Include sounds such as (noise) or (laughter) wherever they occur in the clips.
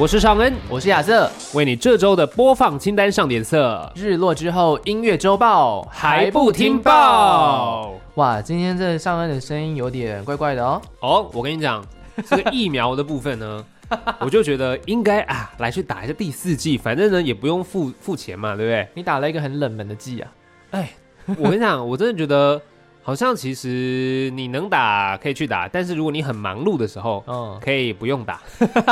我是尚恩，我是亚瑟。为你这周的播放清单上点色。日落之后，音乐周报还不听报？哇，今天这上恩的声音有点怪怪的哦。哦，我跟你讲，这个疫苗的部分呢， (laughs) 我就觉得应该啊，来去打一下第四剂，反正呢也不用付付钱嘛，对不对？你打了一个很冷门的季啊。哎，我跟你讲，我真的觉得好像其实你能打可以去打，但是如果你很忙碌的时候，嗯，可以不用打。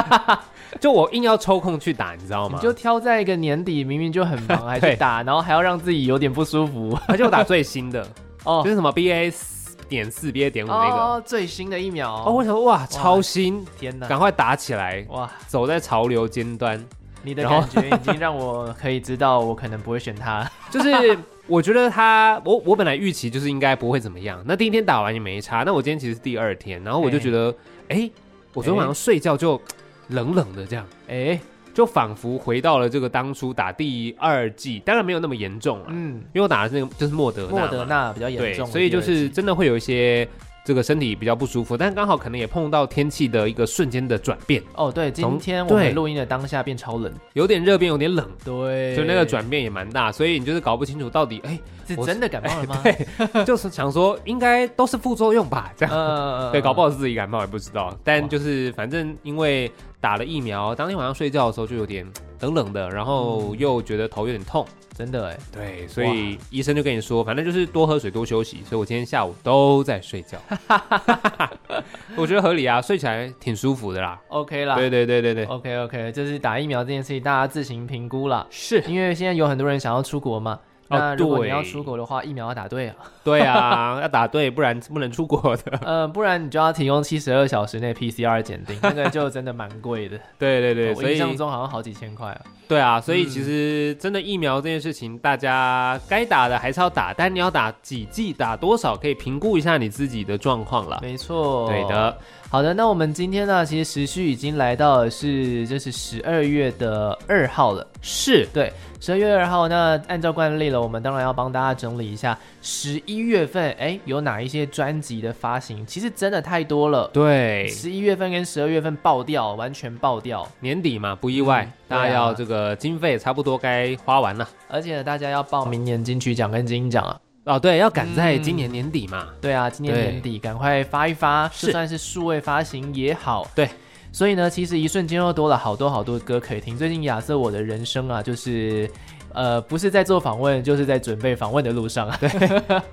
(laughs) 就我硬要抽空去打，你知道吗你？就挑在一个年底，明明就很 (laughs) 忙还去打，然后还要让自己有点不舒服。而且我打最新的， (laughs) 哦就是什么 BA 点四、BA 点五那个。哦，最新的疫苗哦，哦，我想说哇，超新，天哪！赶快打起来，哇，走在潮流尖端。你的然后感觉已经让我可以知道，我可能不会选 (laughs) 他。就是 (laughs) 我觉得他，我我本来预期就是应该不会怎么样。那第一天打完也没差，那我今天其实是第二天，然后我就觉得，哎、我昨天晚上睡觉就冷冷的这样，哎，就仿佛回到了这个当初打第二季，当然没有那么严重了，嗯，因为我打的是那个就是莫德纳嘛，莫德纳比较严对，重，所以就是真的会有一些。这个身体比较不舒服，但刚好可能也碰到天气的一个瞬间的转变，哦，对，今从天我们对录音的当下变超冷，有点热变，有点冷，对就那个转变也蛮大，所以你就是搞不清楚到底，哎、是我啊真的感冒了 (laughs) 吗？就是想说应该都是副作用吧，这样。呃对，搞不好好是自己感冒也不知道，但就是反正因为打了疫苗，当天晚上睡觉的时候就有点冷冷的，然后又觉得头有点痛，真的哎，对，所以医生就跟你说，反正就是多喝水、多休息。所以我今天下午都在睡 (laughs) 觉，我觉得合理啊，睡起来挺舒服的啦。 OK 啦，对对对对对， OK OK，就是打疫苗这件事情，大家自行评估啦。是，因为现在有很多人想要出国嘛，哦那如果你对要出国的话，疫苗要打对啊，对啊， (laughs) 要打对，不然不能出国的。呃，不然你就要提供七十二小时内 PCR 检定，那个就真的蛮贵的。对对 (laughs) 对，我所印以象中好像好几千块啊。对啊，所以嗯其实真的疫苗这件事情，大家该打的还是要打，但你要打几剂、打多少，可以评估一下你自己的状况啦。没错，对。的，好的，那我们今天呢，其实时序已经来到的是就是十二月的二号了。是对，十二月二号，那按照惯例了，我们当然要帮大家整理一下十一月份，哎，有哪一些专辑的发行？其实真的太多了。对，十一月份跟十二月份爆掉，完全爆掉，年底嘛，不意外，嗯大对啊家要这个经费差不多该花完了。而且大家要报明年金曲奖跟金鹰奖啊。哦，对，要赶嗯在今年年底嘛。对啊，今年对年底赶快发一发，是就算是数位发行也好。对。所以呢，其实一瞬间又多了好多好多歌可以听。最近亚瑟我的人生啊，就是，呃，不是在做访问，就是在准备访问的路上啊。对，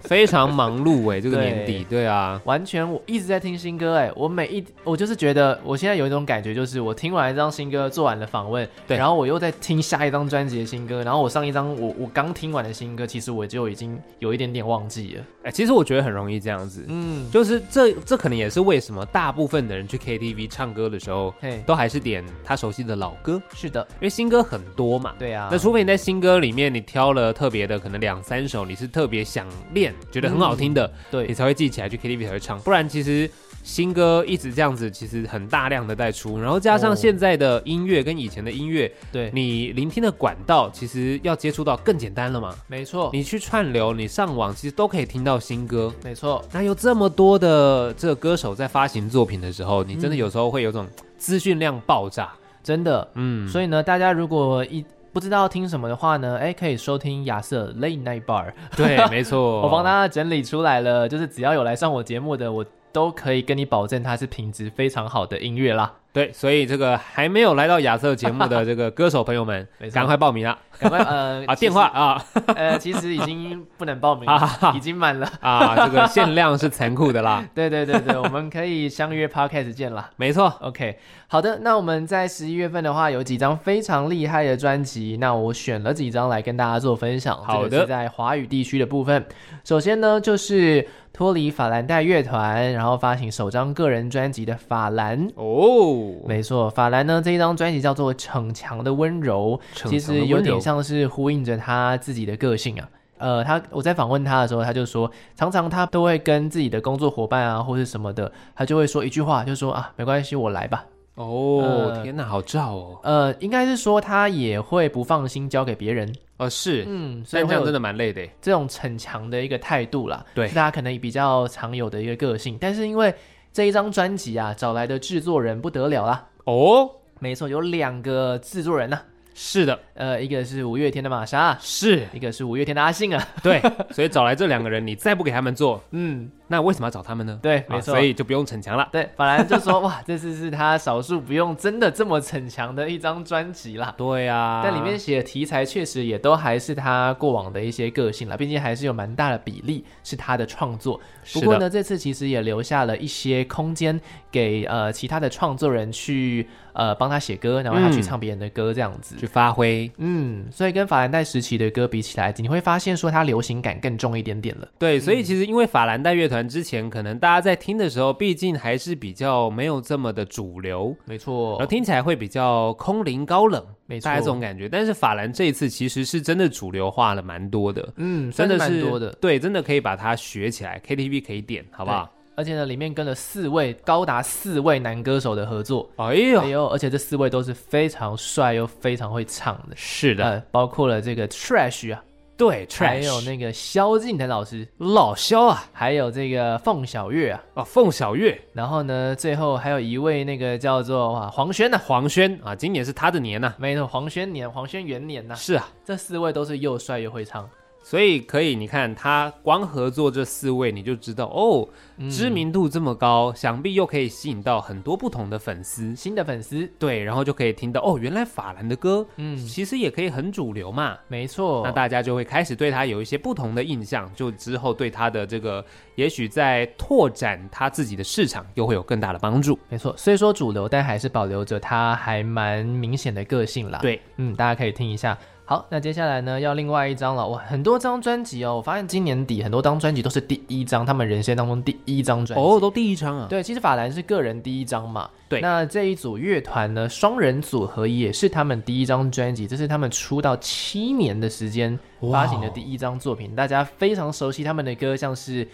非常忙碌哎、这个对年底，对啊， (laughs) 完全我一直在听新歌，哎，我每一我就是觉得我现在有一种感觉，就是我听完一张新歌，做完了访问，对然后我又在听下一张专辑的新歌，然后我上一张我我刚听完的新歌，其实我就已经有一点点忘记了。哎、其实我觉得很容易这样子，嗯，就是这这可能也是为什么大部分的人去 KTV 唱歌的时候，嘿，都还是点他熟悉的老歌，是的，因为新歌很多嘛。对啊，那除非你在新歌里面你挑了特别的，可能两三首你是特别想练，觉得很好听的，你对，才会记起来去 KTV 才会唱。不然其实新歌一直这样子，其实很大量的在出，然后加哦上现在的音乐跟以前的音乐，对，你聆听的管道其实要接触到更简单了嘛。没错，你去串流，你上网其实都可以听到新歌。没错，那有这么多的这个歌手在发行作品的时候，你真的有时候会有种资讯量爆 (laughs) 炸。真的。嗯，所以呢，大家如果一不知道听什么的话呢，哎，可以收听亚瑟 Late Night Bar，对，没错，我帮大家整理出来了，就是只要有来上我节目的，我都可以跟你保证它是品质非常好的音乐啦。对，所以这个还没有来到亚瑟节目的这个歌手朋友 (laughs) 们没，错赶快报名啊！赶快 (laughs) 呃其啊，实电话啊呃，其实已经不能报名啊了， (laughs) 哈已哈经满了。啊，这个限量是残酷的 (laughs) 啦，对对对对，我们可以相约 podcast 见啦。没错， OK，好的，那我们在十一月份的话，有几张非常厉害的专辑，那我选了几张来跟大家做分享。好的这个是在华语地区的部分，首先呢就是脱离法兰黛乐团，然后发行首张个人专辑的《法兰》。哦，没错，法兰呢这一张专辑叫做《逞强的温柔》，哦逞其强的实有温点柔像是呼应着他自己的个性啊。呃，他我在访问他的时候，他就说，常常他都会跟自己的工作伙伴啊，或是什么的，他就会说一句话，就说啊，没关系，我来吧。哦，呃天哪，好照哦，呃，应该是说他也会不放心交给别人，哦是，嗯，所以但这会样真有的蛮累的耶，这种逞强的一个态度啦，对是大家可能比较常有的一个个性。但是因为这一张专辑啊，找来的制作人不得了啦，哦，没错，有两个制作人呐、是的，呃，一个是五月天的玛莎，是一个是五月天的阿信啊。 (laughs) (laughs) 对，所以找来这两个人，你再不给他们做，嗯，那为什么要找他们呢？对，啊没错。所以就不用逞强了。对，法兰就说哇，这次是他少数不用真的这么逞强的一张专辑啦。对啊呀、但里面写的题材确实也都还是他过往的一些个性啦，毕竟还是有蛮大的比例是他的创作。不过是的，呢，这次其实也留下了一些空间给呃其他的创作人去呃帮他写歌，然后他去嗯唱别人的歌这样子。去发挥。嗯，所以跟法兰黛时期的歌比起来，你会发现说它流行感更重一点点了。对，所以其实因为法兰黛乐团之前，可能大家在听的时候，毕竟还是比较没有这么的主流，没然后错，听起来会比较空灵高冷，没错大概这种感觉。但是法兰这一次其实是真的主流化了蛮多的，嗯，真真的的蛮是多的。对，真的可以把它学起来，KTV 可以点，好不好？而且呢，里面跟了四位高达四位男歌手的合作，哎哎呦，呦，而且这四位都是非常帅又非常会唱的，是的，呃，包括了这个 Trash 啊，哎对还，trash，有那个萧敬腾老师，老肖啊，还有这个凤小岳啊，哦，凤小岳、然后呢，最后还有一位那个叫做哇黄轩呐、黄轩啊，今年是他的年呐、没错，黄轩年，黄轩元年呐、是啊，这四位都是又帅又会唱，所以可以，你看他光合作这四位，你就知道哦，嗯知名度这么高，想必又可以吸引到很多不同的粉丝。新的粉丝，对，然后就可以听到哦，原来法兰的歌，嗯，嗯哦其实也可以很主流嘛。没错那，大家就会开始对他有一些不同的印象，就之后对他的这个，也许在拓展他自己的市场，又会有更大的帮助。没错，虽说主流，但还是保留着他还蛮明显的个性啦。对，嗯，大家可以听一下。好，那接下来呢，要另外一张了。哇，很多张专辑哦，我发现今年底很多张专辑都是第一张，他们人生当中第一张专辑。哦，都第一张啊，对，其实法兰是个人第一张嘛。对那这一组乐团呢，双人组合也是他们第一张专辑，这是他们出道七年的时间哇哦发行的第一张作品。大家非常熟悉他们的歌，像是《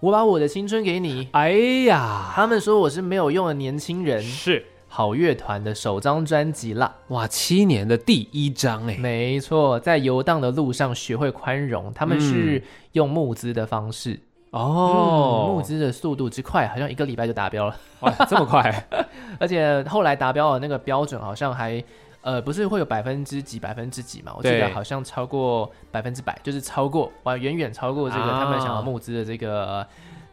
我把我的青春给你》，哎呀，他们说我是没有用的年轻人，是好乐团的首张专辑啦。哇，七年的第一张哎、没错，在游荡的路上学会宽容，他们是用募资的方式。嗯哦，嗯募资的速度之快，好像一个礼拜就达标了。哇，这么快，而且后来达标的那个标准好像还，呃，不是会有百分之几、百分之几嘛？我记对得好像超过百分之百，就是超过，哇，远远超过这个、啊他们想要募资的这个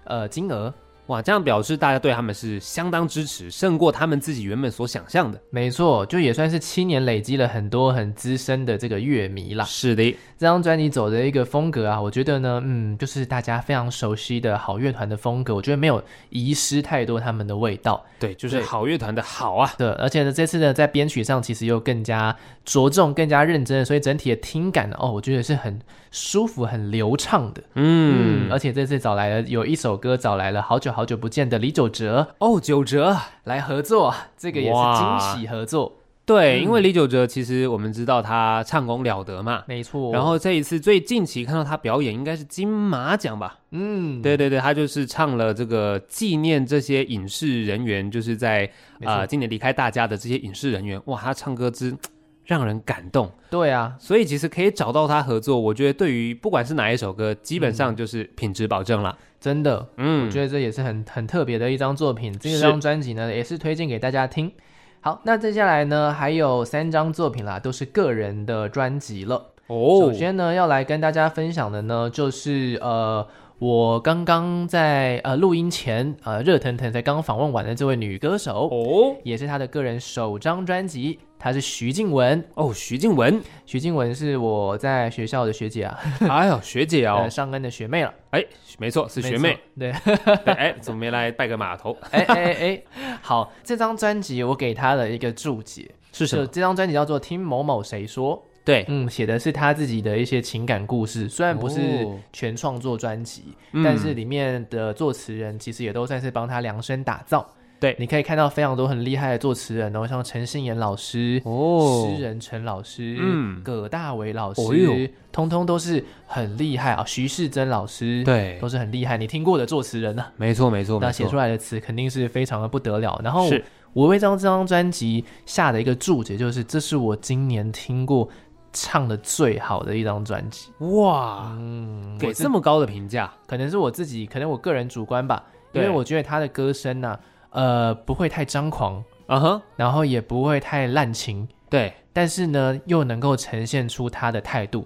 呃金额。 (laughs) 哇，这样表示大家对他们是相当支持，胜过他们自己原本所想象的。没错，就也算是七年累积了很多很资深的这个乐迷啦。是的，这张专辑走的一个风格啊，我觉得呢，嗯，就是大家非常熟悉的好乐团的风格，我觉得没有遗失太多他们的味道。对，就是对好乐团的好啊。对，而且呢，这次呢，在编曲上其实又更加着重、更加认真，所以整体的听感呢哦，我觉得是很舒服、很流畅的。嗯，而且这次找来了有一首歌，找来了好久好久不见的李玖哲哦，九折，来合作，这个也是惊哇喜合作，对，嗯因为李九哲其实我们知道他唱功了得嘛。没错。然，后这一次最近期看到他表演，应该是金马奖吧？嗯，对对对，他就是唱了这个纪念这些影视人员，就是在没错啊、呃今年离开大家的这些影视人员。哇，他唱歌之让人感动。对啊，所以其实可以找到他合作，我觉得对于不管是哪一首歌，基本上就是品质保证了。真的，嗯，我觉得这也是很很特别的一张作品。这是张专辑呢，也是推荐给大家听。好，那接下来呢，还有三张作品啦，都是个人的专辑了。哦首，先呢，要来跟大家分享的呢，就是呃，我刚刚在呃录音前呃热腾腾才刚访问完的这位女歌手，哦也是她的个人首张专辑，她是徐静雯。哦，徐静 (laughs) 雯，徐静雯是我在学校的学姐啊， (laughs) 哎呦，学姐呃哦，上恩的学妹了，哎，没错，是学没妹错。。对， (laughs) (laughs) 对哎，怎么没来拜个码头？哎哎哎，好，这张专辑我给他的一个注解，是什就么？这张专辑叫做《听某某谁说》。对，嗯，写的是他自己的一些情感故事，虽然不是哦全创作专辑，嗯但是里面的作词人其实也都算是帮他量身打造。对你可以看到非常多很厉害的作词人哦，像陈信妍老师、哦诗人陈老师、嗯葛大为老师，哦呦通通都是很厉害啊。徐世珍老师，，对都，是很厉害，你听过的作词人呢、啊没错没错那没写出哦错，来的词肯定是非常的不得了。然后是我为这张这张专辑下的一个注解就是，这是我今年听过唱的最好的一张专辑。哇，嗯，给我这自么高的评价，可能是我自己，可能我个人主观吧，因为对我觉得他的歌声呢、呃，不会太张狂，啊哈，然后也不会太滥情，对，但是呢，又能够呈现出他的态度，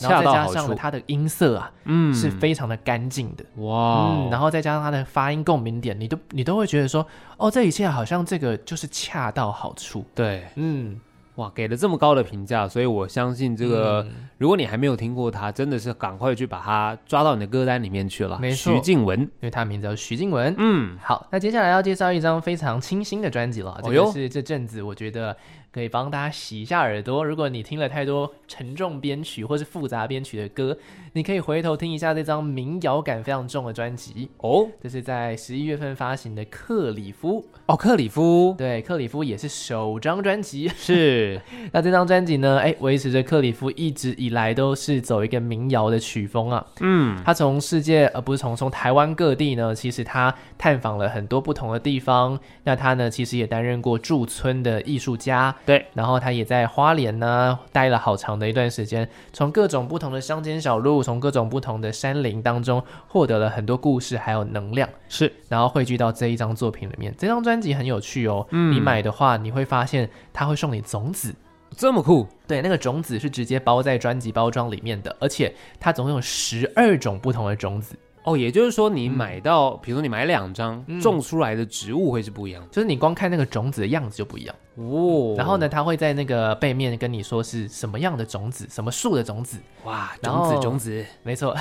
然恰后再到加好上处呢，他的音色啊、嗯哦是非常的干净的。哇嗯，，然后后再加上它的发音共鸣点，你都你都会觉得说，哦，这一切好像这个就是恰到好处。对，嗯，哇，给了这么高的评价，所以我相信这个，嗯如果你还没有听过他，真的是赶快去把它抓到你的歌单里面去了。没错徐静雯，因为他名字叫徐静雯。嗯，好，那接下来要介绍一张非常清新的专辑了，这哦哟个是这阵子我觉得可以帮大家洗一下耳朵。如果你听了太多沉重编曲或是复杂编曲的歌，你可以回头听一下这张民谣感非常重的专辑。哦这是在十一月份发行的《克里夫》，哦，克里夫对，《克里夫》也是首张专辑， (laughs) 是，那这张专辑呢？哎，维持着克里夫一直以来都是走一个民谣的曲风啊。嗯，他从世界，呃，不是从从台湾各地呢，其实他探访了很多不同的地方。那他呢，其实也担任过驻村的艺术家，对，然后他也在花莲呢待了好长的一段时间，从各种不同的乡间小路，从各种不同的山林当中获得了很多故事还有能量。是然后汇聚到这一张作品里面，这张专辑很有趣哦。嗯你买的话，你会发现他会送你种子，这么酷，对，那个种子是直接包在专辑包装里面的，而且它总共有十二种不同的种子，哦，也就是说你买到，比如说你买两张，嗯种出来的植物会是不一样的就是你光看那个种子的样子就不一样。哦然后呢，，它会在那个背面跟你说是什么样的种子，什么树的种子，哇，然种后子种子，没 (laughs) 错。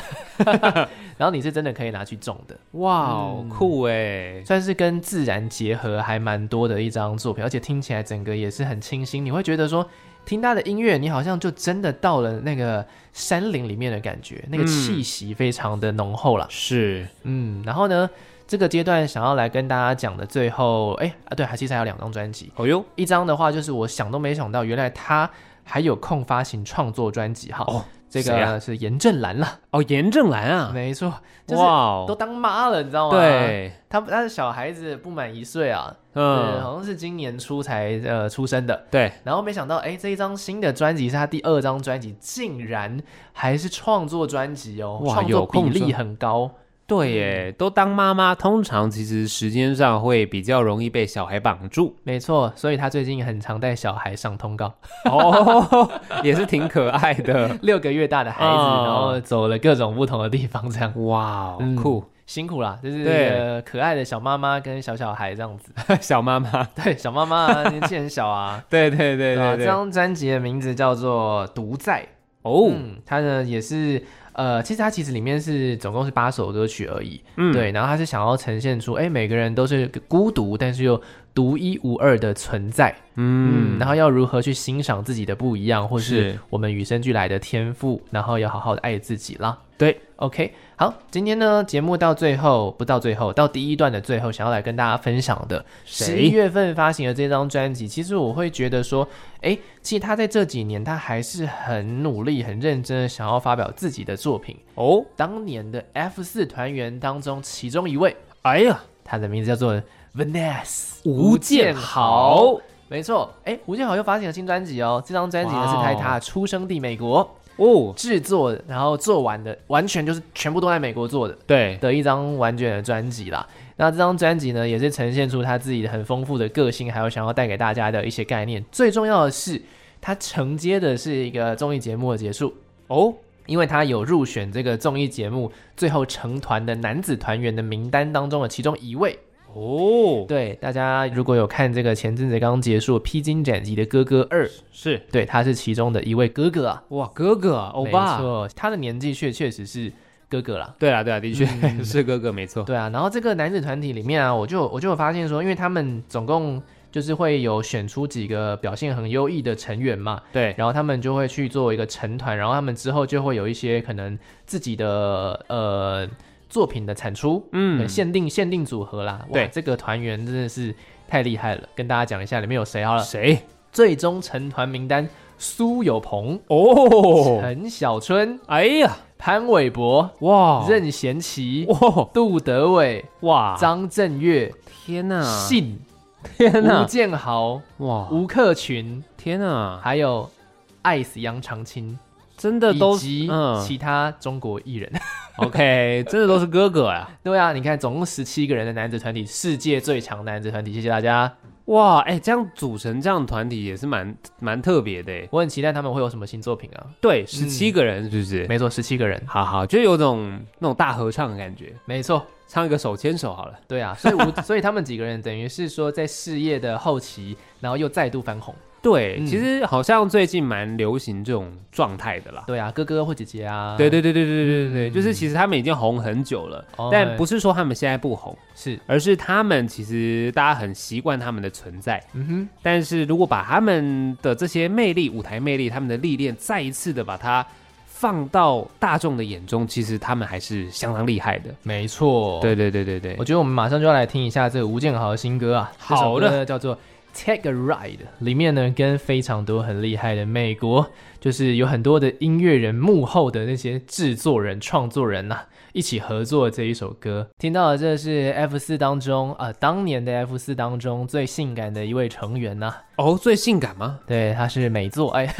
然后你是真的可以拿去种的，哇，哦，嗯酷哎，算是跟自然结合还蛮多的一张作品，而且听起来整个也是很清新，你会觉得说。听他的音乐，你好像就真的到了那个山林里面的感觉，那个嗯气息非常的浓厚啦。是嗯，然后呢，这个阶段想要来跟大家讲的最后，哎啊，对，还其实还有两张专辑，哦哟，一张的话就是我想都没想到，原来他还有空发行创作专辑哈。哦，这谁个啊是严正兰啦，哦，严正兰啊，没错，就是哇都啊哦，当妈了，你知道吗？，对，他他的小孩子不满一岁啊，嗯，嗯，好像是今年初才呃出生的。对，然后没想到，哎，这一张新的专辑是他第二张专辑，竟然还是创作专辑哦，哇创有作比空例专很高。对耶，都当妈妈，通常其实时间上会比较容易被小孩绑住没错，所以他最近很常带小孩上通告， (laughs) 哦， (laughs) 也是挺可爱的。六个月大的孩子，哦然后走了各种不同的地方，这样哇哦嗯，酷 (laughs) 辛苦啦，就是对呃可爱的小妈妈跟小小孩这样子。小妈妈，对，小妈妈啊年纪很小啊。对对 (laughs) 对啊，这对对，张专辑的名字叫做《独在》，哦，嗯，它呢也是呃，其实它其实里面是总共是八首歌曲而已，嗯，对，然后它是想要呈现出，哎，每个人都是孤独，但是又独一无二的存在，嗯，嗯，然后要如何去欣赏自己的不一样，或是是我们与生俱来的天赋，然后要好好的爱自己啦。对，OK，好，今天呢节目到最后不到最后，到第一段的最后，想要来跟大家分享的，十一谁月份发行的这张专辑，其实我会觉得说，哎，其实他在这几年他还是很努力、很认真的想要发表自己的作品。哦，当年的 F 四团员当中，其中一位，哎呀，他的名字叫做 Vanessa 吴建豪，没错，哎，吴建豪又发行了新专辑哦。这张专辑呢哇是哦在他的出生地美国哦，制作，然后做完的，完全就是全部都在美国做的对，的一张完整的专辑啦。那这张专辑呢，也是呈现出他自己的很丰富的个性，还有想要带给大家的一些概念。最重要的是，他承接的是一个综艺节目的结束，哦，因为他有入选这个综艺节目最后成团的男子团员的名单当中的其中一位。哦，对，大家如果有看这个前阵子刚结束《披荆斩棘的哥哥二》，是，对，他是其中的一位哥哥啊，哇，哥哥啊，欧没巴，错，他的年纪确确实是哥哥啦。对啊，对啊，的确嗯 (laughs) 是哥哥，没错，对啊，然后这个男子团体里面啊，我就我就有发现说，因为他们总共就是会有选出几个表现很优异的成员嘛，对，然后他们就会去做一个成团，然后他们之后就会有一些可能自己的呃作品的产出，嗯，嗯，限定限定组合啦。哇对这个团员真的是太厉害了，跟大家讲一下里面有谁好了。谁？最终成团名单：苏有朋、哦，陈小春、哎呀，潘玮柏、哇，任贤齐、哇杜德伟、哇，张震岳、天呐，信、天吴呐，建啊豪、哇，吴克群，天呐，还有 ICE 杨长青，真的都以及嗯其他中国艺人。 (laughs) (laughs) ，OK，真的都是哥哥呀。对啊，你看，总共十七个人的男子团体，世界最强男子团体，谢谢大家。 (laughs) 哇，哎，这样组成这样的团体也是蛮蛮特别的嗯哎。我很期待他们会有什么新作品啊。对，十七个人是不是？没错，十七个人，好好，就有种那种大合唱的感觉，没错，唱一个手牵手好了。对啊，所以 (laughs) 我所以他们几个人等于是说在事业的后期，然后又再度翻红。对，嗯其实好像最近蛮流行这种状态的啦。对啊，哥哥或姐姐啊，对对对对对对对，嗯就是其实他们已经红很久了，哦但不是说他们现在不红，是，而是他们其实大家很习惯他们的存在。嗯但是如果把他们的这些魅力、舞台魅力、他们的历练，再一次的把它放到大众的眼中，其实他们还是相当厉害的。哼，没错。，对对对对对哦我，觉得我们马上就要来听一下这个吴建豪的新歌啊，这首好歌的呢叫做。Take a ride 里面呢，跟非常多很厉害的美国，就是有很多的音乐人幕后的那些制作人、创作人呐、啊一起合作这一首歌。听到的这是 F 四当中啊、呃当年的 F 四当中最性感的一位成员呐、哦，最性感吗？对，他是美作，哎， (laughs)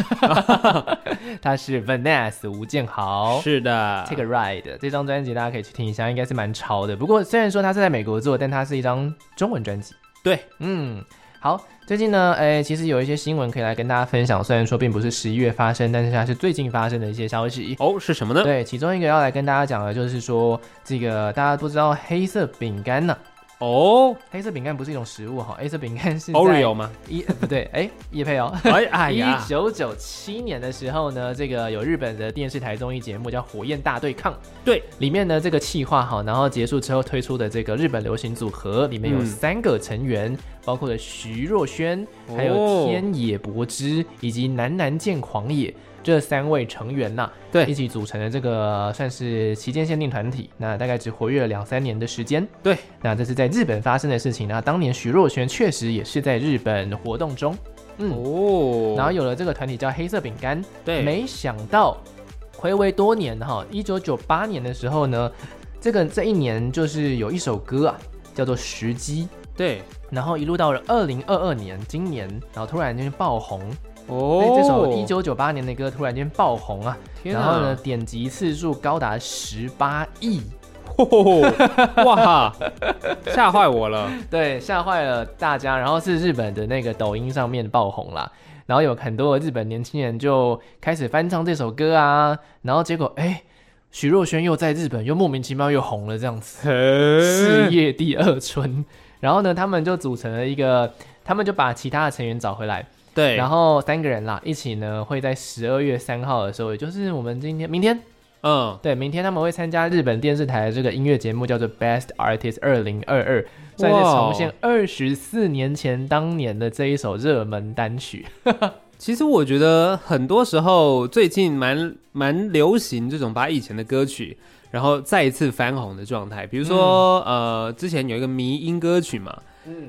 他是 Vanessa 吴建豪。是的， Take a Ride 哦这张专辑大家可以去听一下，应该是蛮潮的。不过虽然说他是在美国做，但它是一张中文专辑。对，嗯，好，最近呢，哎，其实有一些新闻可以来跟大家分享，虽然说并不是十一月发生，但是它是最近发生的一些消息。哦是什么呢？对，其中一个要来跟大家讲的就是说，这个大家都知道黑色饼干呢、哦黑色饼干不是一种食物哈，黑色饼干是在，Oreo 吗？一呃不对，哎，叶配哦，哎哎一呀，九九七年的时候呢，这个有日本的电视台综艺节目叫《火焰大对抗》，对，里面呢这个企划好，然后结束之后推出的这个日本流行组合，里面有嗯三个成员，包括了徐若瑄，还有哦天野博之以及南南健狂野这三位成员呐、对一起组成的这个算是期间限定团体，那大概只活跃了两三年的时间。对，那这是在日本发生的事情。那当年徐若瑄确实也是在日本活动中，嗯。哦然后有了这个团体叫黑色饼干，对，没想到暌违多年哈，一九九八年的时候呢，这个这一年就是有一首歌啊，叫做《时机》，对然后一路到了二零二二年，今年，然后突然间爆红，所哦以，这首一九九八年的歌突然间爆红啊，天然啊后呢，点击次数高达十八亿，哦 (laughs) (laughs) 哇，吓坏我了，对，吓坏了大家。然后是日本的那个抖音上面爆红啦，然后有很多的日本年轻人就开始翻唱这首歌啊，然后结果哎，许若瑄又在日本又莫名其妙又红了，这样子事是业第二春。然后呢，他们就组成了一个，他们就把其他的成员找回来，对，然后后三个人啦一起呢会在十二月三号的时候，也就是我们今天明天嗯，对，明天他们会参加日本电视台的这个音乐节目，叫做《Best Artist 二零二二》，算是重现哦二十四年前当年的这一首热门单曲。其实我觉得很多时候最近蛮蛮流行这种把以前的歌曲。然后再一次翻红的状态，比如说，嗯呃，之前有一个迷音歌曲嘛，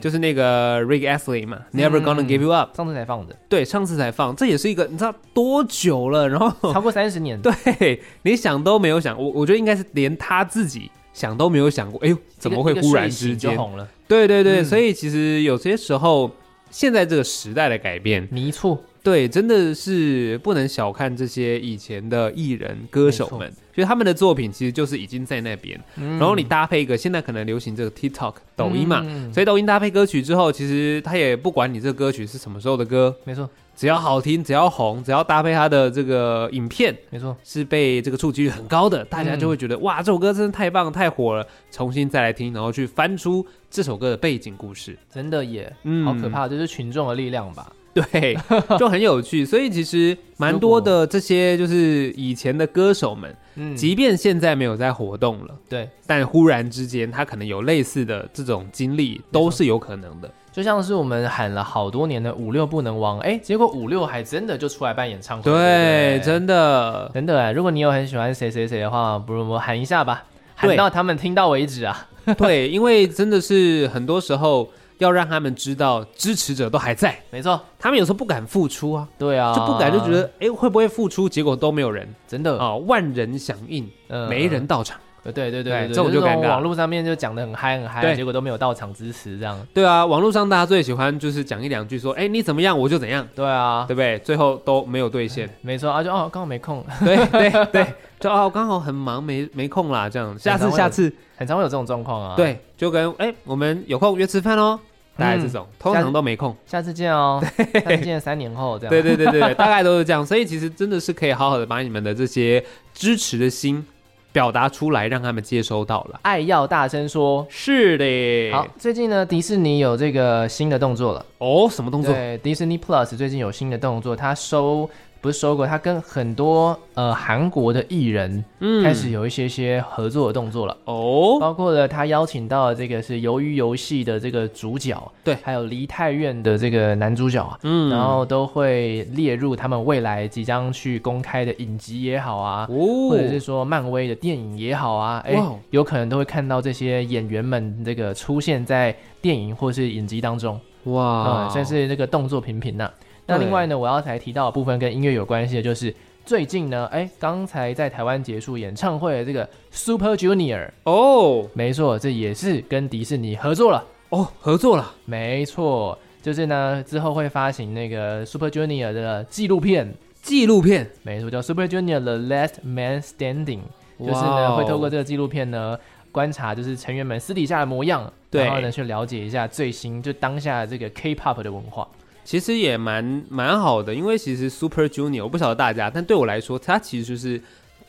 就是那个 Rick Astley 嘛、n 嗯 e v e r Gonna Give You Up，上次才放 (laughs) 的，对，上次才放，这也是一个你知道多久了，然 (laughs) 后超过三十年。对，你想都没有想，我我觉得应该是连他自己想都没有想过，哎呦，怎么会一个忽然一个睡醒之就间？红了？对对对，嗯所以其实有些时候，现在这个时代的改变，迷错，对，真的是不能小看这些以前的艺人歌手们，就是他们的作品其实就是已经在那边，然然后你搭配一个现在可能流行这个 TikTok 抖音嘛。嗯所以抖音搭配歌曲之后，其实他也不管你这歌曲是什么时候的歌，没错，只要好听，只要红，只要搭配他的这个影片，没错，是被这个触及率很高的，大家就会嗯觉得、哇，这首歌真的太棒太火了，重新再来听，然后去翻出这首歌的背景故事，真的耶，嗯好可，怕，这是群众的力量吧？ (laughs) 对，就很有趣。所以其实蛮多的这些就是以前的歌手们，嗯，即便现在没有在活动了，对，但忽然之间他可能有类似的这种经历，都是有可能的。就像是我们喊了好多年的五六不能亡，哎、结果五六还真的就出来办演唱会，对，不真的， (laughs) 真的哎，如果你有很喜欢谁谁谁的话，不如我们喊一下吧，喊对到他们听到为止啊。对，因为真的是很多时候要让他们知道支持者都还在，没错，他们有时候不敢付出啊，对啊，就不敢就觉得哎会不会付出，结果都没有人真的，啊，万人响应，嗯没人到场。对对对对，对这种就尴尬种网络上面就讲的很嗨很嗨，对结果都没有到场支持这样。对啊，网络上大家最喜欢就是讲一两句说，哎你怎么样我就怎样，对啊，对不对？最后都没有兑 (laughs) 现。没错啊，就哦刚好没空， (laughs) 对对对，就哦刚好很忙没没空啦，这样下次下次很常会有这种状况啊。，对，就跟哎我们有空约吃饭哦，大概这种，通下常都没空。下次见 (laughs) 哦，下次见三年后这样。对对对对 (laughs) 对，大概都是这样。所以其实真的是可以好好的把你们的这些支持的心表达出来，让他们接收到了。爱要大声说。是的。好，最近呢，迪士尼有这个新的动作了。哦，什么动作？对，Disney Plus 最近有新的动作，它收不是收购，它跟很多呃韩国的艺人嗯开始有一些些合作的动作了。哦，包括了他邀请到的这个是《鱿鱼游戏》的这个主角，对还有《梨泰院》的这个男主角啊，嗯然后都会列入他们未来即将去公开的影集也好啊，哦或者是说漫威的电影也好啊，哎、哇哦有可能都会看到这些演员们这个出现在电影或是影集当中啊，哇，哦算、是这个动作频频呐。那对另外呢，我要才提到的部分跟音乐有关系的，就是最近呢，哎，刚才在台湾结束演唱会的这个 Super Junior。哦没错，这也是跟迪士尼合作了。哦合作了没错，就是呢，之后会发行那个 Super Junior 的纪录片，纪录片，没错，叫 Super Junior The Last Man Standing，就是哇呢哦会透过这个纪录片呢。观察就是成员们私底下的模样，对然后呢去了解一下最新就当下这个 K-pop 的文化。其实也蛮蛮好的，因为其实 Super Junior 我不晓得大家，但对我来说，它其实就是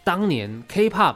当年 K-pop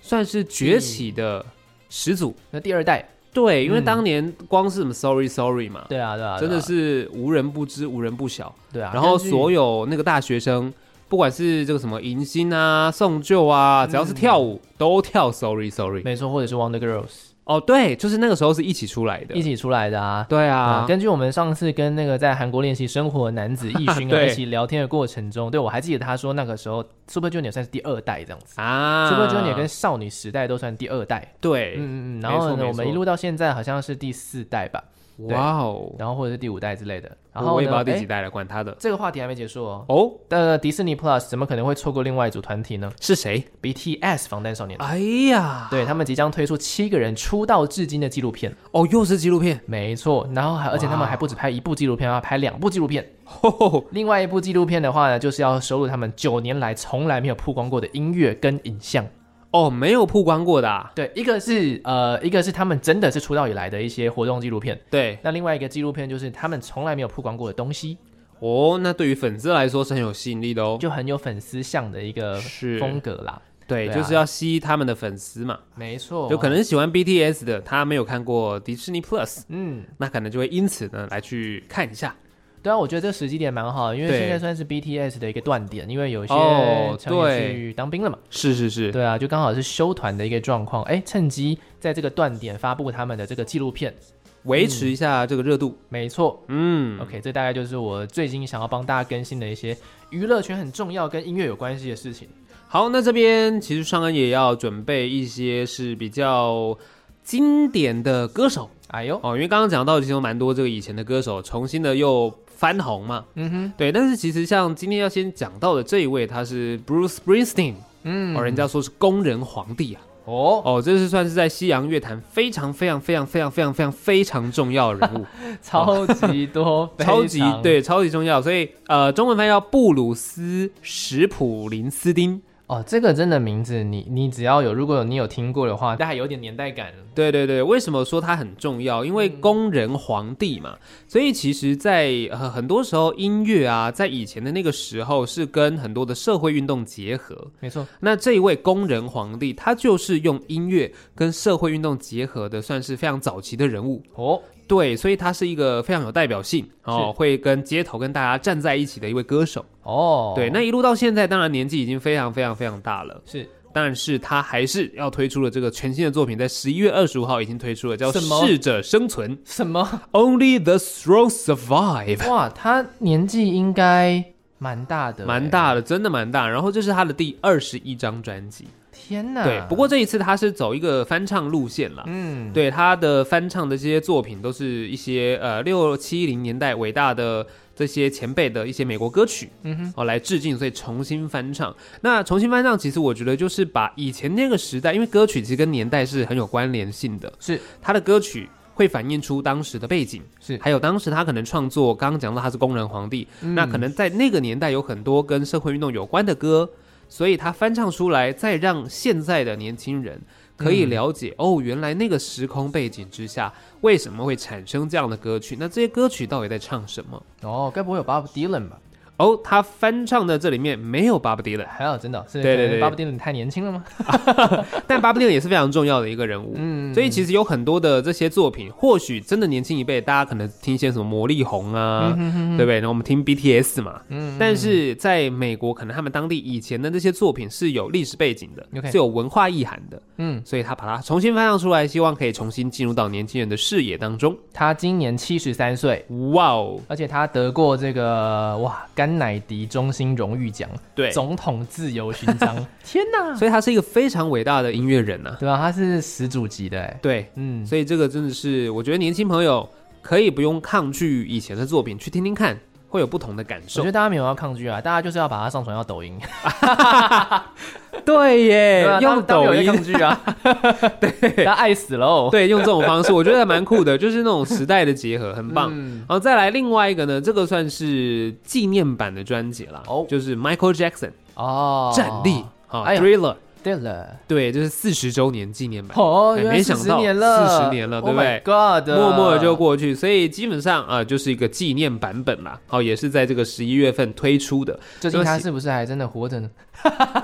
算是崛起的始祖。那第二代，对，因为嗯当年光是什么 Sorry Sorry 嘛，对啊对啊，对啊真的是无人不知，无人不晓。对啊。然后所有有那个大学生，不管是这个什么迎新啊、送旧啊，只要是跳舞、都跳 Sorry Sorry。嗯没错，或者是 Wonder Girls 哦，对，就是那个时候是一起出来的一。起出来的啊，对啊啊，，根据我们上次跟那个在韩国练习生活的男子易勋啊 (laughs) 对一起聊天的过程中，对我还记得他说那个时候 Super Junior 算是第二代这样子、啊 s u p e r Junior 跟少女时代都算第二代，对，嗯嗯嗯，没然错后呢，没我们一错路到现在好像是第四代吧，对哇哦，然后或者是第五代之类的，然我后也呢不知，道第诶几代了，管他的。这个话题还没结束哦。哦，呃，迪士尼 Plus 怎么可能会错过另外一组团体呢是谁？ ？BTS 防弹少年团，哎呀，对他们即将推出七个人出道至今的纪录片，哦，又是纪录片，没错，然后还而且他们哇还不止拍一部纪录片，要拍两部纪录片。吼吼吼另外一部纪录片的话呢，就是要收录他们九年来从来没有曝光过的音乐跟影像。 (laughs) 哦，没有曝光过的啊。对，一个是呃，一个是他们真的是出道以来的一些活动纪录片，对，那另外一个纪录片就是他们从来没有曝光过的东西，哦，那对于粉丝来说是很有吸引力的哦。就很有粉丝向的一个是风格啦。对，哦对啊就是要吸他们的粉丝嘛。没错，就可能喜欢 BTS 的，他没有看过迪士尼 Plus，嗯，那可能就会因此呢来去看一下。对啊，我觉得这时机点蛮好，因为对现在算是 BTS 的一个断点，因为有一些哦成员对去当兵了嘛。是是是，对啊，就刚好是休团的一个状况，哎，趁机在这个断点发布他们的这个纪录片。维持一下这个热度。没错，嗯 OK，这大概就是我最近想要帮大家更新的一些娱乐圈很重要跟音乐有关系的事情。好，那这边其实尚恩也要准备一些是比较经典的歌手哎呦，哦，因为刚刚讲到其实有蛮多这个以前的歌手重新的又翻红嘛。嗯哼，对，但是其实像今天要先讲到的这一位，他是 Bruce Springsteen，嗯哦，人家说是工人皇帝啊。哦，哦，这是算是在西洋乐坛非常非常非常非常非常非常非常重要的 (laughs) 人物。超级多，超级非常对，超级重要。所以呃，中文翻译叫布鲁斯·史普林斯丁。哦，这个真的名字，你你只要有，如果有你有听过的话，但还有点年代感。对对对，为什么说他很重要？因为嗯工人皇帝嘛，所以其实在，呃、很多时候音乐啊，在以前的那个时候是跟很多的社会运动结合。没错，那这一位工人皇帝，他就是用音乐跟社会运动结合的，算是非常早期的人物。哦，对，所以他是一个非常有代表性哦，会跟街头跟大家站在一起的一位歌手。哦，对，那一路到现在，当然年纪已经非常非常非常大了。是但是他还是要推出了这个全新的作品，在十一月二十五号已经推出了，叫什么《适者生存什么？ (laughs) 》，Only the strong survive。哇，他年纪应该蛮大的、 (laughs) 蛮。大的，真的蛮大。然后这是他的第二十一张专辑，天哪！对。不过这一次他是走一个翻唱路线啦，嗯，对他的翻唱的这些作品都是一些呃六七零年代伟大的这些前辈的一些美国歌曲，嗯哼，哦来致敬，所以重新翻唱。那重新翻唱，其实我觉得就是把以前那个时代，因为歌曲其实跟年代是很有关联性的，是他的歌曲。会反映出当时的背景，是还有当时他可能创作，刚刚讲到他是工人皇帝，那可能在那个年代有很多跟社会运动有关的歌，所以他翻唱出来，再让现在的年轻人可以了解、哦，原来那个时空背景之下为什么会产生这样的歌曲？那这些歌曲到底在唱什么？哦，该不会有 Bob Dylan 吧？哦，他翻唱的这里面没有 Bob Dylan，还好，真的是对对对可能 Bob Dylan 太年轻了吗？但 Bob Dylan 也是非常重要的一个人物。嗯，所以其实有很多的这些作品，或许真的年轻一辈，大家可能听一些什么魔力红啊，对不对？然后我们听 BTS 嘛，嗯但是在美国，可能他们当地以前的这些作品是有历史背景的 OK 是有文化意涵的，嗯，所以他把它重新翻唱出来，希望可以重新进入到年轻人的视野当中。他今年七十三岁，哇哦，而且他得过这个哇甘乃迪中心荣誉奖、对，总统自由勋 (laughs) 章，天哪！所以他是一个非常伟大的音乐人啊，对吧、他是始祖级的、欸，对，嗯，所以这个真的是我觉得年轻朋友可以不用抗拒以前的作品，去听听看，会有不同的感我觉受得。大家没有要抗拒啊，大家就是要把它上传到抖 (laughs) 音，对耶对啊用大家大抖家没有在音 (laughs) 抗，拒 (laughs) 啊，对，他爱死哦喽，对，用这种方式，我觉得还蛮酷的，就是那种时代的结合，很棒。嗯，然后再来另外一个呢，这个算是纪念版的专辑啦，哦就是 Michael Jackson 哦，战力啊、哎呀 Thriller，对了，对，就是四十周年纪念版，哦，哎原来没想40到年了， 40年了对不对 o God，呃默默的就过去，所以基本上啊、呃就是一个纪念版本啦。好、也是在这个十一月份推出的。究竟他是不是还真的活着呢？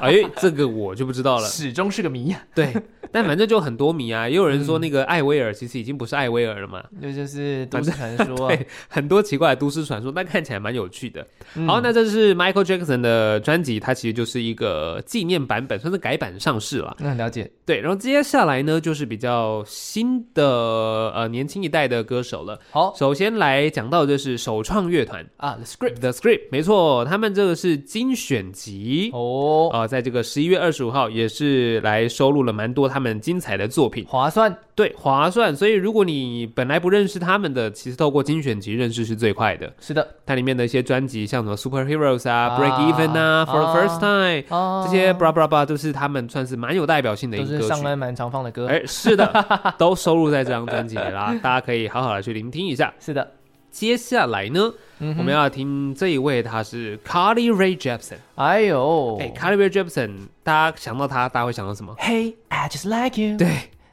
哎，这个我就不知道了。始终是个谜，对，但反正就很多迷啊，也有人嗯说那个艾薇儿其实已经不是艾薇儿了嘛，这就是都反市传说。啊 (laughs) 对，很多奇怪的都市传说，但看起来蛮有趣的。嗯好，那这是 Michael Jackson 的专辑，它其实就是一个纪念版本，算是改版上市了。那了解，对，然后接下来呢，就是比较新的呃年轻一代的歌手了。好首先来讲到的是首创乐团啊，The Script The Script，没错，他们这个是精选集。哦，啊、在这个十一月二十五号也是来收录了蛮多他们精彩的作品，划算，对，划算。所以如果你本来不认识他们的，其实透过精选集认识是最快的。是的它里面的一些专辑，像什么 Super Heroes 啊、啊 Break Even 啊、For the 啊 First Time 哦，这些 blah blah blah 都是他们算是蛮有代表性的一都个是歌上曲。班蛮常放的歌，哎，(laughs) 是的，都收录在这张专辑里啦，大家可以好好的去聆听一下。是的，接下来呢，嗯哼我们要听这一位，他是 Carly Rae Jepsen。哎呦，哎，Carly Rae Jepsen，大家想到他，大家会想到什么？ Hey, I just like you，对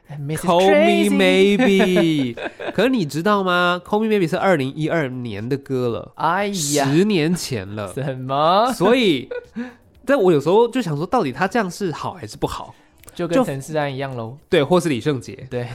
，Mrs. ，Call Me Crazy。 Maybe。(laughs) 可是你知道吗？Call Me Maybe 是二零一二年的歌了，哎呀，十年前 (laughs) 了。什么？所以，但我有时候就想说，到底他这样是好还是不好？就就跟陈思安一样喽。对，或是李圣杰， (laughs) 对，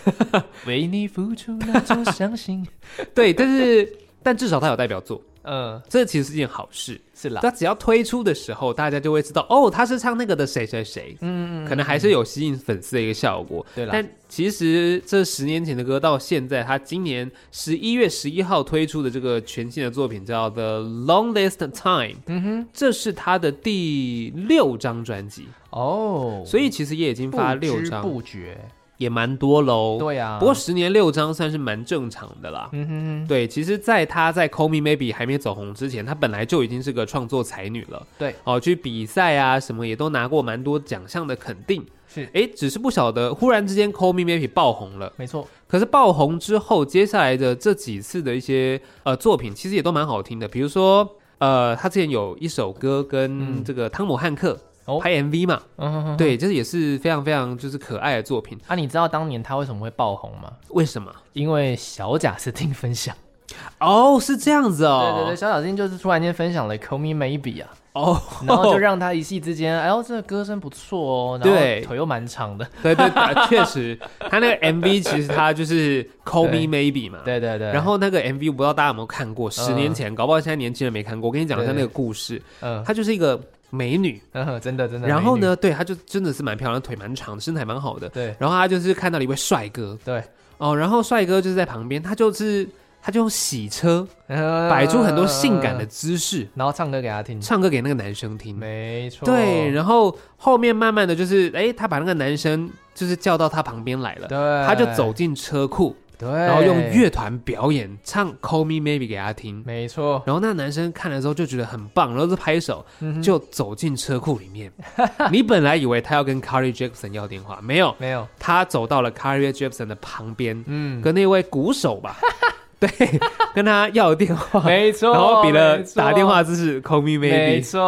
为你付出那种伤心。对，但是但至少他有代表作，嗯，这其实是件好事。是啦。他只要推出的时候，大家就会知道，哦，他是唱那个的谁谁谁，嗯，可能还是有吸引粉丝的一个效果。对啦但其实这十年前的歌到现在，他今年十一月十一号推出的这个全新的作品叫《The Longest Time》，嗯哼，这是他的第六张专辑，哦，所以其实也已经发不六知张，不觉，也蛮多喽。对啊。不过，十年六张算是蛮正常的啦。嗯哼，对，其实，在她在《Call Me Maybe》还没走红之前，她本来就已经是个创作才女了。对，哦，去比赛啊什么也都拿过蛮多奖项的肯定。是诶，只是不晓得忽然之间《Call Me Maybe》爆红了。没错。可是爆红之后，接下来的这几次的一些呃作品，其实也都蛮好听的。比如说，呃，她之前有一首歌跟嗯这个汤姆汉克、哦拍 MV 嘛，嗯哼哼，对，这也是非常非常就是可爱的作品。啊，你知道当年他为什么会爆红吗？为什么？因为小贾斯汀分享。哦，是这样子哦。对对对，小贾斯汀就是突然间分享了《Call Me Maybe》啊，哦，然后就让他一夕之间，哎呦，这个歌声不错哦，然对后腿又蛮长的。对对，呃确实，他那个 MV 其实他就是 Call Me Maybe 嘛。对对对，然后那个 MV 不知道大家有没有看过，十年前，搞不好现在年轻人没看过。我跟你讲一下对那个故事，嗯，它就是一个美女，嗯，真的真的。然后美女？呢，对，她就真的是蛮漂亮，腿蛮长，身材蛮好的。对然后她就是看到了一位帅哥对，哦，然后帅哥就是在旁边，他就是他就用洗车摆摆出很多性感嗯的，姿势， (laughs) 然后唱歌给他听，唱歌给那个男生听。没错，对，然后后面慢慢的就是，哎，他把那个男生就是叫到他旁边来了，对，他就走，进车库，对，然后用，乐团表演唱《Call Me Maybe》给他听。没错，然后那个男生看了之后就觉得很棒，然后就拍手，嗯哼就走进车库里面。 (laughs) 你本来以为他要跟 Carrie Jackson 要电话，没有，没有，他走到了 Carrie Jackson 的旁边，嗯，跟那位鼓手吧，对，跟他要电话， (laughs) 没错，然后比了没错打电话姿势 Call Me 没 Maybe。错，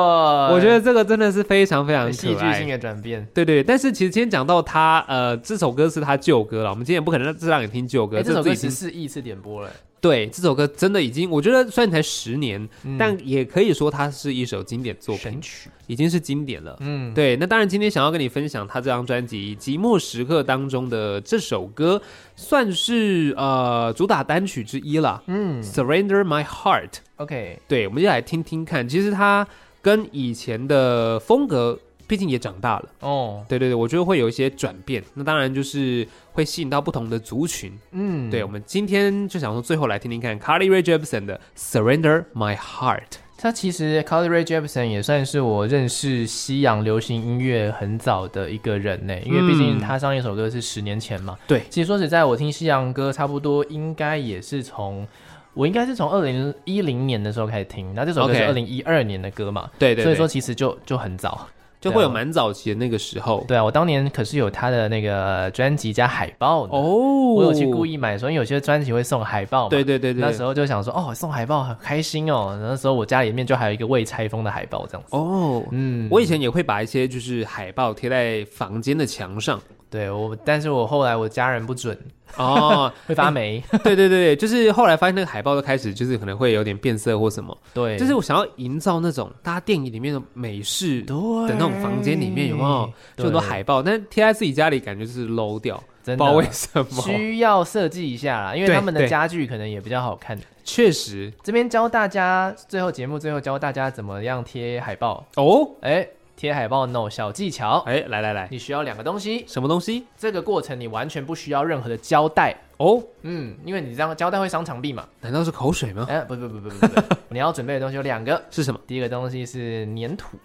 我觉得这个真的是非常非常戏可剧性爱。的转变。对对，但是其实今天讲到他，呃，这首歌是他旧歌了，我们今天也不可能让让你听旧歌，哎，这首已歌经十四亿次点播了，对这首歌真的已经，我觉得虽然才十年，嗯但也可以说它是一首经典作品神，曲，已经是经典了。嗯，对，那当然，今天想要跟你分享他这张专辑《寂寞时刻》当中的这首歌，算是呃主打单曲之一啦，嗯《Surrender My Heart》。 ，OK，对，我们就来听听看，其实他跟以前的风格，毕竟也长大了。哦，对对对，我觉得会有一些转变。那当然就是会吸引到不同的族群。嗯，对，我们今天就想说，最后来听听看 Carly Rae Jepsen 的《Surrender My Heart》。他其实 c o l l y Ray Jepsen 也算是我认识西洋流行音乐很早的一个人呢，因为毕竟他上一首歌是十年前嘛。嗯对其实说实在，我听西洋歌差不多应该也是从。我应该是从二零一零年的时候开始听，那这首歌是 OK 二零一二年的歌嘛对对对，所以说其实就就很早。就会有蛮早期的那个时候。对啊，我当年可是有他的那个专辑加海报的，哦，我我有去故。意买，所以有些专辑会送海报嘛。对对对对，那时候就想说，哦，送海报很开心哦。那时候我家里面就还有一个未拆封的海报，这样子。哦，嗯，我以前也会把一些就是海报贴在房间的墙上。对我，但是我后来我家人不准，哦，会发霉。 (laughs) 对对对对，就是后来发现那个海报都开始就是可能会有点变色或什么，对，就是我想要营造那种大家电影里面的美式的对那种房间里面有没有对就很多海报，但是贴在自己家里感觉就是 low 掉，不真知道为的什么。需要设计一下啦，因为对他们的对家具可能也比较好看。确实这边教大家，最后节目最后教大家怎么样贴海报。哦，哎，贴海报 no 小技巧，哎，来来来，你需要两个东西，什么东西？这个过程你完全不需要任何的胶带。哦，嗯，因为你这样胶带会伤墙壁嘛。难道是口水吗？哎、不不不不不不不，你要准备的东西有两个，是什么？第一个东西是粘土，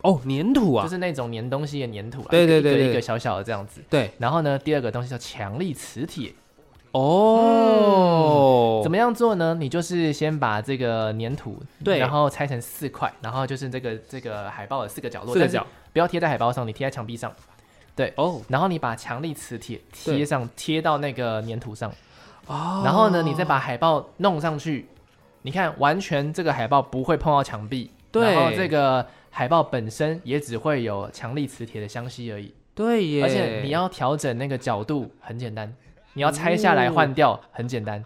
哦，粘土就啊，是那种粘东西的粘土啊，对对一个对一对个一个小小的这样子。对，然后呢，第二个东西叫强力磁铁，哦，怎么么样做呢？你就是先把这个粘土，对然后拆成四块，然后就是这个这个海报的四个角落，四个但是角不要贴在海报上，你贴在墙壁上，哦然后你把强力磁铁贴对上，贴到那个粘土上，哦，然后呢，你再把海报弄上去，你看完全这个海报不会碰到墙壁，对然后这个海报本身也只会有强力磁铁的相吸而已，对耶，而且你要调整那个角度很简单，你要拆下来换掉、很简单。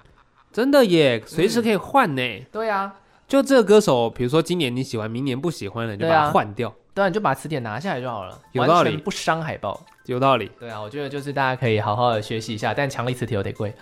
真的嗯耶，随时可以换呢。对啊，就这个歌手，比如说今年你喜欢，明年不喜欢了，你就对把它啊换掉，对啊，你就把磁铁拿下来就好了，有道理完全不伤海报。有道理。对啊，我觉得就是大家可以好好的学习一下，但强力磁铁有点贵，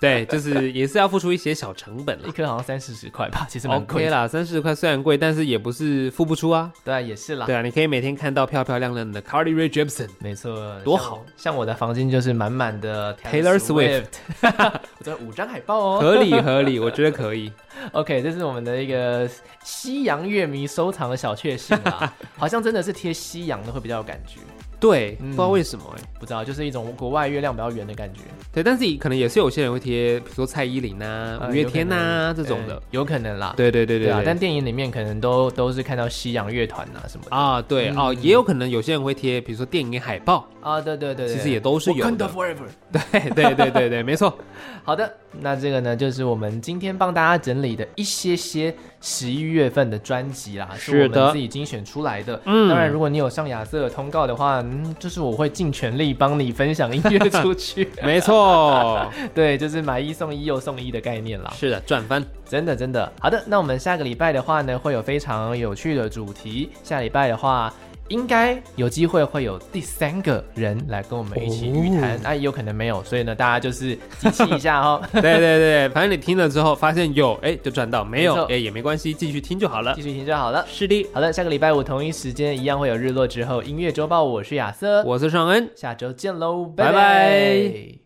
对，就是也是要付出一些小成本一了。颗好像三四十块吧，其实蛮贵的。OK 啦，三十块虽然贵，但是也不是付不出啊。对啊，也是啦。对啊，你可以每天看到漂漂亮亮的 Carly Rae Jepsen。没错，多像好我！像我的房间就是满满的 Taylor Swift Swift (laughs) 我这五张海报哦。 (laughs) 合理合理，我觉得 (laughs) 可以。 OK，这是我们的一个西洋乐迷收藏的小确幸 (laughs) 啊，好像真的是贴西洋的会比较有感觉，对，嗯不知道为什么哎、不知道就是一种国外月亮比较圆的感觉，对，但是可能也是有些人会贴，比如说蔡依林啊、呃五月天啊有可能这种的呃。有可能啦。对对对对啊对，，但电影里面可能都都是看到西洋乐团啊什么的啊啊对哦，也有可能有些人会贴，比如说电影海报，对对对对，其实也都是有 Wakanda 的。 Forever。 (laughs) 对对对对对，没错。好的，那这个呢，就是我们今天帮大家整理的一些些十一月份的专辑啦，是我的们自己精选出来的。嗯当然，如果你有上亚瑟的通告的话，嗯，就是我会尽全力帮你分享音乐出 (laughs) 去。(laughs) 没错，对，就是买一送一又送一的概念啦，是的，赚翻。真的真的。好的，那我们下个礼拜的话呢，会有非常有趣的主题。下礼拜的话。应该有机会会有第三个人来跟我们一起预谈，哦那、也有可能没有，所以呢，大家就是集气一下哦， (laughs) 对对对，反正你听了之后发现有，哎，就赚到；没有没，错哎，也没关系，继续听就好了继。续听就好了。是的，好的，下个礼拜五同一时间一样会有日落之后音乐周报，我是亚瑟，我是尚恩。下周见喽，拜拜拜